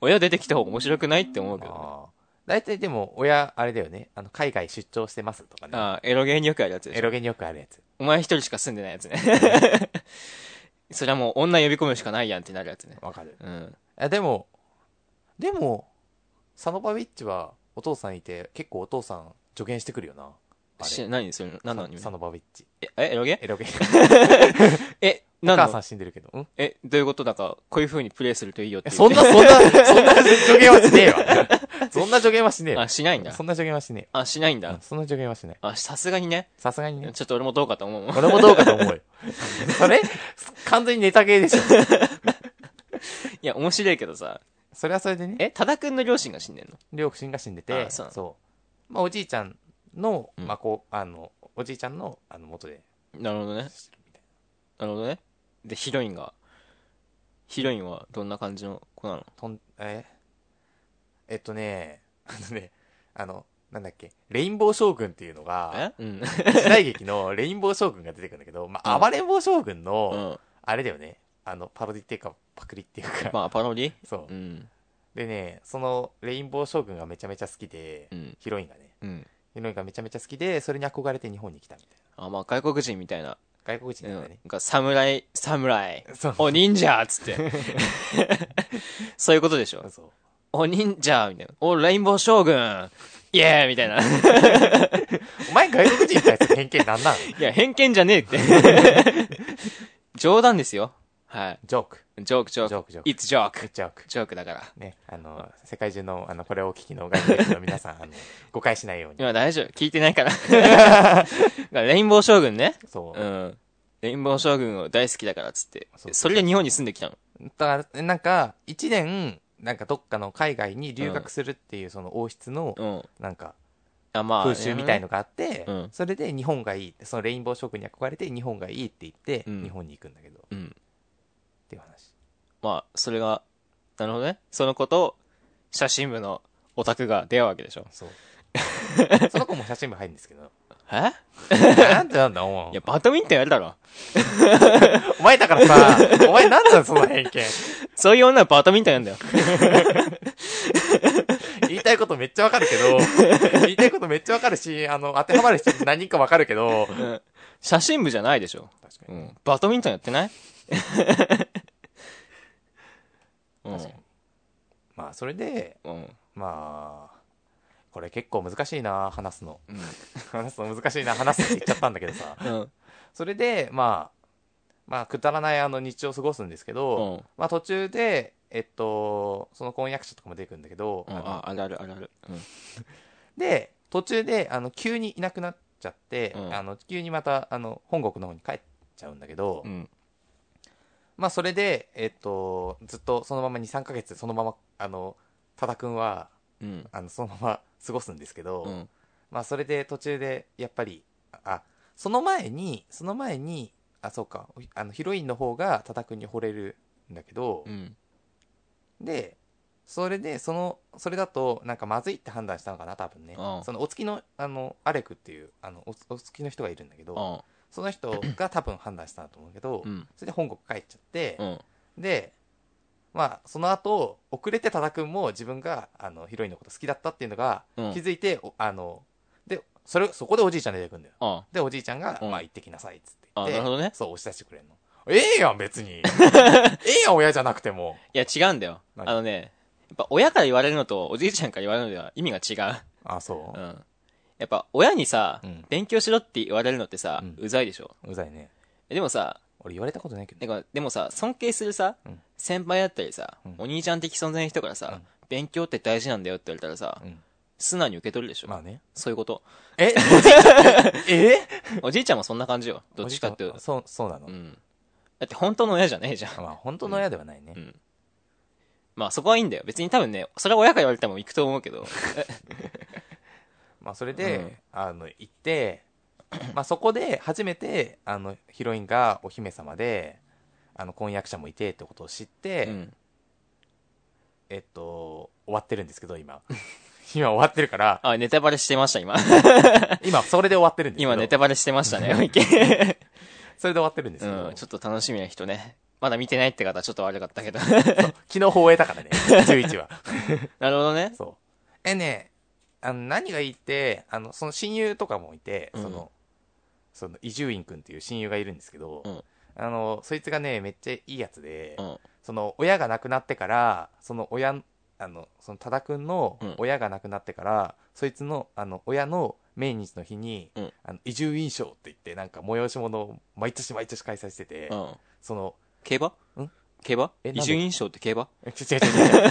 S1: 親出てきた方が面白くないって思う
S2: ー。
S1: けどね、
S2: あー大体でも、親、あれだよね。あの、海外出張してますとかね。
S1: ああ、エロゲーによくあるやつで
S2: エ
S1: しょ。
S2: ロゲによくあるやつ。
S1: お前一人しか住んでないやつね。 それはもう女呼び込むしかないやんってなるやつね。
S2: わかる。
S1: うん。
S2: あでも、でも、サノバウィッチはお父さんいて、結構お父さん助言してくるよな。あれ
S1: し、何それ、何のアニメ
S2: サノバウィッチ。
S1: ええ、エロゲ
S2: エロゲ。
S1: え、
S2: お
S1: 何
S2: 母さ
S1: の
S2: ん死んでるけど。ん
S1: え、どういうことだか、こういう風にプレイするといいよって言
S2: えそん
S1: って。
S2: な、そんな、そんな助言はしねえわ。 そんな助言はしねえ
S1: あ、
S2: わ。
S1: しないんだ
S2: そ。んな助言はしね
S1: あ、しないん
S2: えわ。う
S1: だ
S2: ん。そんな助言はしない。
S1: あ、さすがにね。
S2: さすがにね。
S1: ちょっと俺もどうかと思うも ん。
S2: 俺もどうかと思う よ。それ完全にネタ系でしょ。
S1: いや、面白いけどさ。
S2: それはそれでね、
S1: え、多田くんの両親が死んでんの
S2: 両親が死んでて
S1: あ、そうなの
S2: そう。まあ、おじいちゃんの、
S1: うん
S2: まあ、こう、あの、おじいちゃんの、あの、元で、
S1: なるほどね。なるほどね。で、ヒロインが、ヒロインはどんな感じの子なの
S2: とん、ええっとね、あのね、あの、なんだっけ、レインボー将軍っていうのが、
S1: えうん。
S2: 時代劇のレインボー将軍が出てくるんだけど、まあ、
S1: うん
S2: 暴れん坊将軍
S1: う
S2: の、
S1: ん。
S2: あれだよね、あの、パロディっていうか、パクリっていうか、
S1: まあ、パロディ
S2: そう
S1: う。ん。
S2: でね、その、レインボー将軍がめちゃめちゃ好きで、
S1: うん。
S2: ヒロインがね、
S1: うん。
S2: ヒロインがめちゃめちゃ好きで、それに憧れて日本に来たみたい
S1: あ、まあ、外国人みたいな。
S2: な。外国人
S1: う。
S2: なんん
S1: な
S2: だ
S1: ん
S2: ね。
S1: か、侍、侍。
S2: そう。
S1: お忍者っつ って。そういうことでしょ。
S2: そう。
S1: お忍者みたいな。お、レインボー将軍イエーイみたいな。 い
S2: お前外国人に対する偏 見なんなん
S1: や、偏見じゃねえ って。冗談ですよ。はい。
S2: ジョーク。
S1: ジョーク、ジョ
S2: ジョ
S1: ー
S2: ー
S1: ク。
S2: ク、ジョーク。
S1: It's joke.
S2: ジョーク。
S1: ジョークだから。
S2: ね、あの、世界中の、あの、これをお聞きの外国人の皆さん、あの、誤解しないように。
S1: 今大丈夫。聞いてないから。だ からレインボー将軍ね。
S2: そうう。
S1: ん。レインボー将軍を大好きだからっつって。
S2: そう
S1: それで日本に住んできたの。
S2: だから、なんか、一年、なんかどっかの海外に留学するっていう、その王室の、
S1: うん。
S2: なんか、
S1: あ、まあ。
S2: 風習みたいのがあって
S1: うん、
S2: それで日本がいい、そのレインボー諸君に憧れて日本がいいって言って、
S1: うん
S2: 日本に行くんだけど、っ
S1: うん。
S2: ていう話。
S1: まあ、それが、なるほどね。その子と、写真部のオタクが出会うわけでしょ。
S2: そう。 その子も写真部入るんですけど、
S1: え
S2: なんてなんだ、お
S1: いや
S2: 前、。
S1: バドミントンやるだろ。
S2: お前だからさ、お前なんだ、その偏見。
S1: そういう女はバドミントンやるんだよ。
S2: 言いたいことめっちゃわかるけど、 言いたいことめっちゃわかるし、あの、当てはまる人何人かわかるけど、
S1: 写真部じゃないでしょ。
S2: 確
S1: う
S2: かに。
S1: ん。バドミントンやってないうん
S2: 確かに。まあ、それで、
S1: うん。
S2: まあ、これ結構難しいな、話すの。
S1: うん
S2: 話すの難しいな、話すって言っちゃったんだけ どさ。
S1: うん。
S2: それで、まあ、まあ、くだらないあの日常を過ごすんですけど、
S1: うん
S2: まあ途中で、えっと、その婚約者とかも出てくるんだけど、あの
S1: あ、あるあるあるある。うん。
S2: で、途中で、あの、急にいなくなっちゃって、
S1: うん
S2: あの、急にまた、あの、本国の方に帰っちゃうんだけど、
S1: うん。
S2: まあそれで、えっと、ずっとそのまま2、3ヶ月、そのまま、あの、多田くんは、
S1: うん。
S2: あの、そのまま過ごすんですけど、
S1: うん。
S2: まあそれで途中で、やっぱり、あ、その前に、その前に、あ、そうか、あの、ヒロインの方が多田くんに惚れるんだけど
S1: う、ん。
S2: で、それで、その、それだと、なんかまずいって判断したのかな、多分ね
S1: ああ。
S2: その、お付きの、あの、アレクっていう、あの、おお付きの人がいるんだけど、
S1: う
S2: その人が多分判断したんだと思うけど、
S1: ん。
S2: それで本国帰っちゃって、
S1: うん。
S2: で、まあ、その後、遅れて多田くんも自分が、あの、ヒロインのこと好きだったっていうのが、気
S1: うん
S2: づいて、おあの、で、それ、そこでおじいちゃん出てくるんだよ。
S1: あ
S2: で、おじいちゃんが、
S1: うん
S2: まあ、行ってきなさい、っつって言
S1: あ、
S2: っ
S1: な
S2: て。
S1: るほどね。
S2: そう、押し出してくれんの。ええやん、別に。ええやん、親じゃなくても。
S1: いや、違うんだよ。
S2: 何
S1: あのね、やっぱ親から言われるのとおじいちゃんから言われるのでは意味が違う。
S2: あ、そうう、
S1: ん。やっぱ親にさ
S2: うん、
S1: 勉強しろって言われるのってさ
S2: うん、
S1: うざいでしょ。
S2: うざいね。
S1: でもさ、
S2: 俺言われたことないけど
S1: な。んかでもさ、尊敬するさ
S2: うん、
S1: 先輩だったりさ
S2: うん、
S1: お兄ちゃん的存在の人から
S2: う
S1: さ
S2: ん、
S1: 勉強って大事なんだよって言われたらさ
S2: う、ん。
S1: 素直に受け取るでし
S2: まあ
S1: ょ。
S2: ね。
S1: そういう こと。
S2: えおじいちゃ んえ
S1: おじいちゃんもそんな感じよ。どっちかっていう
S2: おじいちゃん
S1: と。
S2: そう、そうなの。
S1: うん。だって本当の親じゃないじゃん。
S2: まあ、本当の親ではないね。
S1: うんまあそこはいいんだよ。別に多分ね、それは親から言われても行くと思うけ ど。
S2: まあ、それで、
S1: うん
S2: あの、行って、まあ、そこで初めて、あの、ヒロインがお姫様で、あの、婚約者もいてってことを知って、
S1: うん。
S2: えっと、終わってるんですけど、今。 今終わってるから、
S1: あ、ネタバレしてました、 今。
S2: 今それで終わってるんですけど
S1: 今ネタバレしてましたね、池。
S2: それで終わってるんです
S1: う
S2: けど、
S1: ん、
S2: ち
S1: ち
S2: ょ
S1: ょっと楽しみな人ね。まだ見てないって方、ちょっと悪かったけど。
S2: 昨日放映だからね、11話。
S1: なるほどね。
S2: そう。えね、あの、何がいいって、あの、その親友とかもいて、その、
S1: うん
S2: その、伊集院くんっていう親友がいるんですけど、
S1: うん
S2: あの、そいつがね、めっちゃいいやつで、
S1: うん。
S2: その、親が亡くなってから、その親、あの、その、多田くんの
S1: うん
S2: 親が亡くなってから、そいつの、あの、親の命日の日に、
S1: うん
S2: あの、伊集院賞って言って、なんか催し物を毎年毎年開催してて、
S1: うん。
S2: その、
S1: 競馬
S2: ん
S1: 競馬
S2: えなんで
S1: 伊集院賞って競馬
S2: 違う違う違う違う違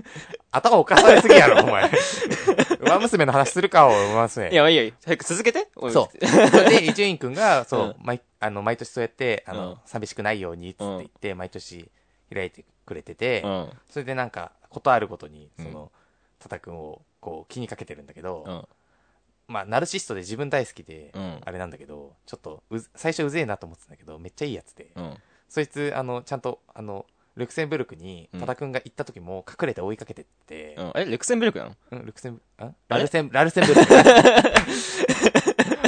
S2: う頭おかされすぎやろ、お前。 馬娘の話するか、お馬娘。
S1: いや、いいよいいよ。早く続けて。俺
S2: そう。それで、伊集院くんが、そう、
S1: う
S2: 毎あの毎年そうやって、あの、
S1: うん
S2: 寂しくないように、つって言って、毎年開いてくれてて、
S1: うん。
S2: それでなんか、ことあるごとに、そ
S1: うん
S2: の、タタくんを、こう、気にかけてるんだけど、
S1: うん。
S2: まあ、ナルシストで自分大好きで、
S1: うん
S2: あれなんだけど、ちょっとうず、最初うぜえなと思ってたんだけど、めっちゃいいやつで、
S1: うん。
S2: そいつ、あの、ちゃんと、あの、ルクセンブルクに、
S1: うん
S2: 多田くんが行った時も隠れて追いかけてって
S1: う、ん。え、レクセンベルクなの
S2: うん、ルクセンブ、ん
S1: あ
S2: ラ
S1: れ
S2: ルセン、ラルセンブルク。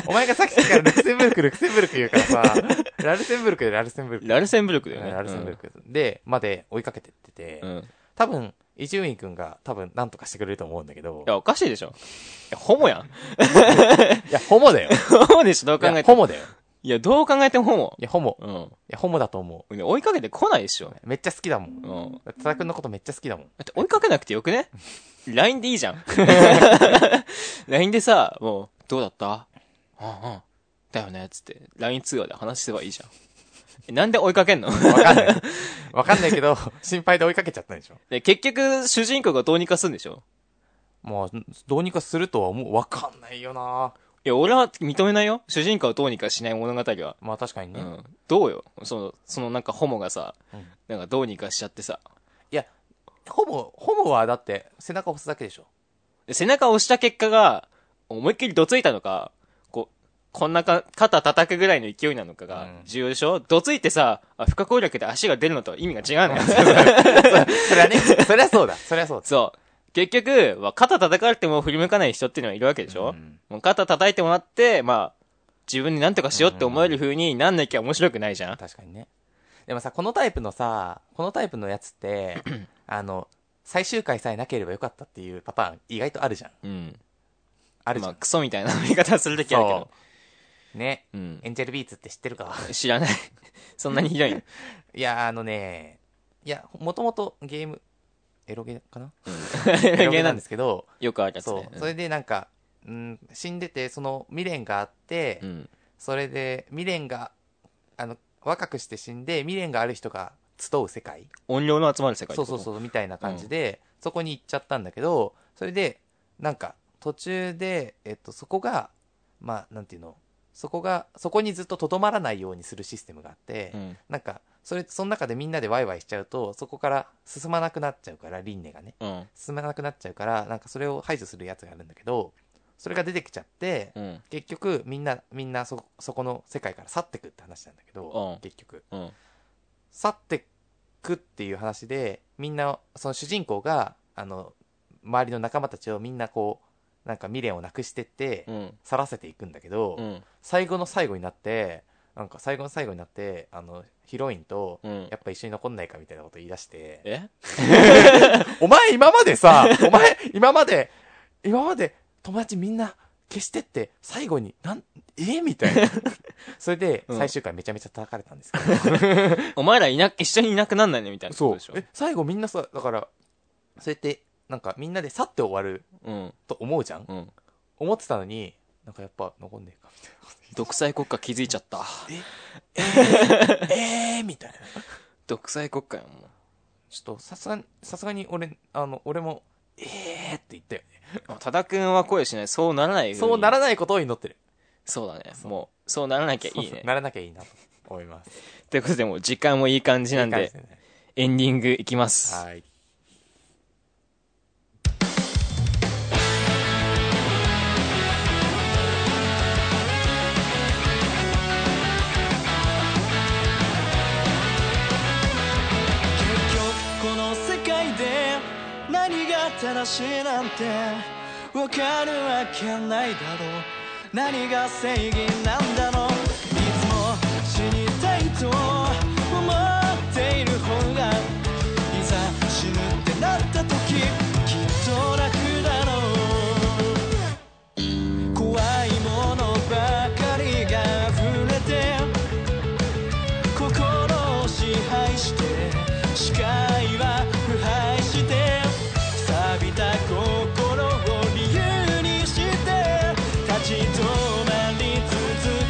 S2: お前がさっきからルクセンブルク、ルクセンブルク言うからさ、ラルセンブルクでラルセンブルク。
S1: ラルセンブルクだよ
S2: う
S1: ね。
S2: んラルセンブルク。で、まで追いかけてってて、
S1: うん。うん。い
S2: 多分、伊集院くんが多分何とかしてくれると思うんだけど、
S1: や、おかしいでしょ。いや、ホモやん。
S2: いや、ホモ だよ。
S1: ホモでしょ、どう
S2: い
S1: 考
S2: や
S1: えて
S2: ホ
S1: も。
S2: モだよ。
S1: いや、どう考えてもホモ。
S2: いや、ホモ。い
S1: うん。
S2: や、ホモだと思
S1: 追いかけてこないでしょ。
S2: う。めっちゃ好きだも。
S1: うんん。
S2: 多田くんのことめっちゃ好きだもん。
S1: だって追いかけなくてよくね ?LINE でいいじゃ ん。LINE でさ、もう、どうだったうんうん。だよねっつって、LINE 通話で話すればいいじゃん。えなんで追いかけんの
S2: わかんない。わかんないけ ど、心配で追いかけちゃったんでしょ。
S1: で結局、主人公がどうにかすんでしょ
S2: まあ、どうにかするとは思う。わかんないよな。
S1: いや、俺は認めないよ。主人公をどうにかしない物語は。
S2: まあ確かに
S1: う
S2: ね。い
S1: ん。どうよその、そのなんかホモがさ、
S2: うん
S1: なんかどうにかしちゃってさ。
S2: や、ほぼ、ほぼはだって背中押すだけで しょ。
S1: で背中を押した結果が、思いっきりどついたのか、こう、こんなか、肩叩くぐらいの勢いなのかが
S2: うん
S1: 重要でしょ、どついてさ、あ不可抗力で足が出るのとは意味が違うのよ。
S2: それはね、 そりゃそうだ。そりゃそう だ。
S1: そう。結局、まあ肩叩かれても振り向かない人っていうのはいるわけでしょ、
S2: うん
S1: もう肩叩いてもらって、まあ、自分に何とかしようって思える風になんなきゃ面白くないじゃん、
S2: 確かにね。でもさ、このタイプのさ、このタイプのやつって、 あの、最終回さえなければよかったっていうパターン意外とあるじゃん。
S1: うん。
S2: あるじ
S1: ま
S2: ゃ
S1: あ、
S2: ん。
S1: クソみたいな言い方するときあるけど
S2: そ。うね。
S1: うん。
S2: エンジェルビーツって知ってるか
S1: 知らない。そんなにひどいの。
S2: いや、あのね、いや、もともとゲーム、エロゲ かなエロゲ
S1: 芸
S2: な
S1: なんん
S2: で
S1: です
S2: けど、
S1: よくあるやつ
S2: そ
S1: ね。
S2: う。それでなんか、うん、死んでて、その未練があって、
S1: うん。
S2: それで未練が、あの、若くして死んで、未練がある人が集う世界
S1: 音量の集まる世界
S2: そうそう
S1: う。
S2: そう、みたいな感じで、そこに行っちゃったんだけど、それで、なんか、途中で、えっと、そこが、まあ、なんていうの、そこが、そこにずっととどまらないようにするシステムがあって、
S1: うん。
S2: なんか、それ、その中でみんなでワイワイしちゃうと、そこから進まなくなっちゃうから、輪廻がね。
S1: うん。
S2: 進まなくなっちゃうからなんかそれを排除するやつがあるんだけどそれが出てきちゃって
S1: うん。
S2: 結局みんなみんなそそこの世界から去ってくって話なんだけど
S1: うん
S2: 結局
S1: うん。
S2: 去ってくっていう話でみんなその主人公があの周りの仲間たちをみんなこうなんか未練をなくしてって
S1: うん。
S2: 去らせていくんだけど、
S1: うん。
S2: 最後の最後になってなんか最後の最後になってあのヒロインと
S1: うん
S2: や。っぱ一緒に残んないかみたいなこと言い出して、
S1: え
S2: お前今までさ、お前今まで、今まで友達みんな消してって、最後に、なん、えみた いな。それで、
S1: うん
S2: 最終回めちゃめちゃ叩かれたんで すけど。
S1: お前らいな、一緒にいなくなんないねみたいなこ
S2: そ
S1: と
S2: う
S1: でしょ。
S2: え、最後みんなさ、だから、そうやって、なんかみんなで去って終わる
S1: うん。
S2: と思うじゃん
S1: うん。
S2: 思ってたのに、なんかやっぱ残んね えかみたいなこと
S1: 独裁国家気づいちゃった。
S2: 言って。えーみたいな。
S1: 独裁国家やも
S2: ちょっと、さすがに、さすがに俺、あの、俺も、えーって言ったよね。
S1: う。多田くんは声しない。そうならないよに
S2: そうならないことを祈ってる。
S1: そうだね。もう、そうならなきゃいいね。
S2: ならなきゃいいなと思います。
S1: ということで、もう時間もいい感じなん
S2: いい
S1: で
S2: 感、じね
S1: エンディングいきます。
S2: はい。
S3: 結局この世界でなしなんてわかるわけないだろう何が正義なんだろういつも死にたいと思っている方がいざ死ぬってなった時きっと楽だろう怖いものばかりが溢れて心を支配して視界は腐敗して錆びた心を理由にして立ち止まり続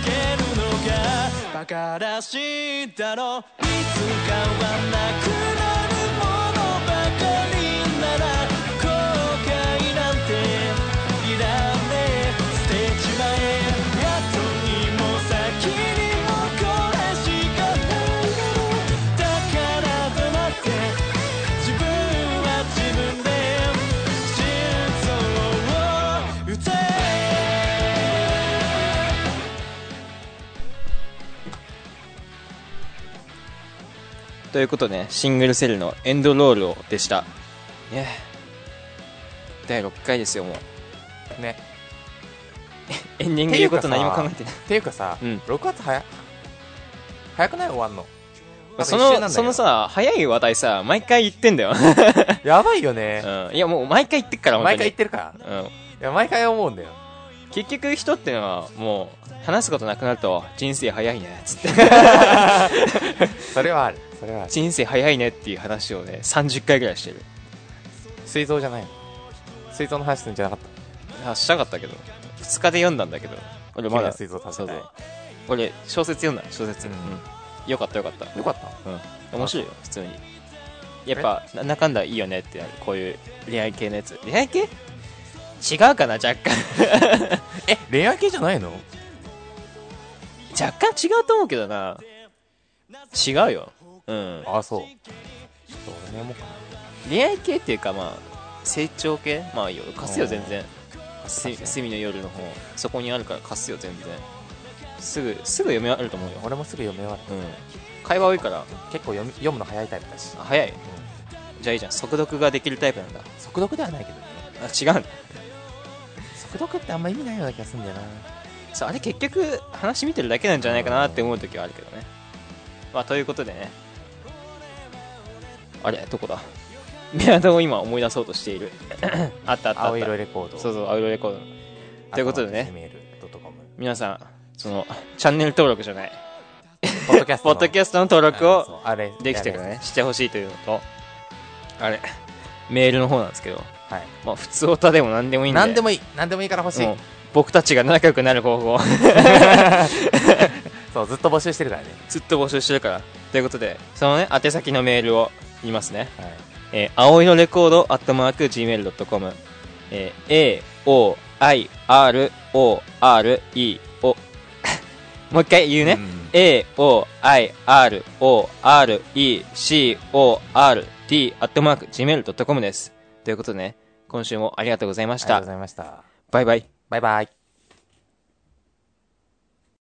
S3: けるのが馬鹿らしいだろういつかはなくなるものばかりなら後悔なんていらねえ捨てちまえ後にも先にもこれしかないだろうだから黙って自分は自分で心臓を打て
S1: ということで、シングルセルのエンドロールをでした。いや第6回ですよ、もう。
S2: ね
S1: エンディング言うこと何も考えてない。
S2: っていうかさ、
S1: うん
S2: 6月早早くない終わんのあと
S1: そ
S2: 一週なん
S1: の、
S2: だけど
S1: そのさ、早い話題さ、毎回言ってんだ よ。
S2: やばいよね、
S1: うん。いや、もう毎回言ってっから、本当
S2: 毎
S1: に。
S2: 回言ってるから
S1: うん。
S2: いや毎回思うんだよ
S1: 結局人ってのはもう話すことなくなると人生早いねつって
S2: それはあるそれはある
S1: 人生早いねっていう話をね30回ぐらいしてる
S2: 膵臓じゃないの膵臓の話するんじゃなかっ
S1: あしたかったけど2日で読んだんだけど俺ま
S2: 君は
S1: だ
S2: 膵臓食
S1: そうそ
S2: べたいう
S1: 俺小説読んだ小説、
S2: う
S1: うんんよかったよかった
S2: たよかった
S1: 面白いよ普通にやっぱなんだかんだいいよねってなるこういう恋愛系のやつ恋愛系違うかな若干
S2: え恋愛系じゃないの
S1: 若干違うと思うけどな違うようん
S2: あそうちょっと俺もやもうかな
S1: 恋愛系っていうかまあ成長系まあいいよ貸すよ全然せセミの夜の方そこにあるから貸すよ全然すぐすぐ読めあると思うよ
S2: 俺もすぐ読め終わる
S1: うん会話多いから
S2: 結構読み読むの早いタイプだし
S1: あ早いじゃあいいじゃん速読ができるタイプなんだ
S2: 速読ではないけどね
S1: あ違うんだ
S2: 速読ってあんま意味ないような気がするんだよな
S1: そうあれ結局話見てるだけなんじゃないかなって思う時はあるけどねまあということでねあれどこだ メアドを今思い出そうとしている あったあったあ
S2: 青
S1: った
S2: 色レコード
S1: そうそう青色レコードということでね
S2: メールドットコム
S1: 皆さんそのチャンネル登録じゃない
S2: ポッドキャスト
S1: ポッドキャストの登録を
S2: あれ
S1: できてるねしてほしいというのとあれメールの方なんですけど、
S2: はい
S1: まあ、普通オタでも何でもいいんで
S2: 何でもいい何でもいいから欲しい
S1: もう僕たちが仲良くなる方法を
S2: そうずっと募集してるからね
S1: ずっと募集してるからということでそのね宛先のメールを言いますね、
S2: はい
S1: えー、青色レコードアットマーク Gmail.com、えー、AOIRORE を もう一回言うね、
S2: うん
S1: aoirorecord アットマーク gmail.com です。ということでね、今週もありがとうございまし
S2: ありがとう
S1: た
S2: ご。ざいました
S1: バイバイ。
S2: バイバイ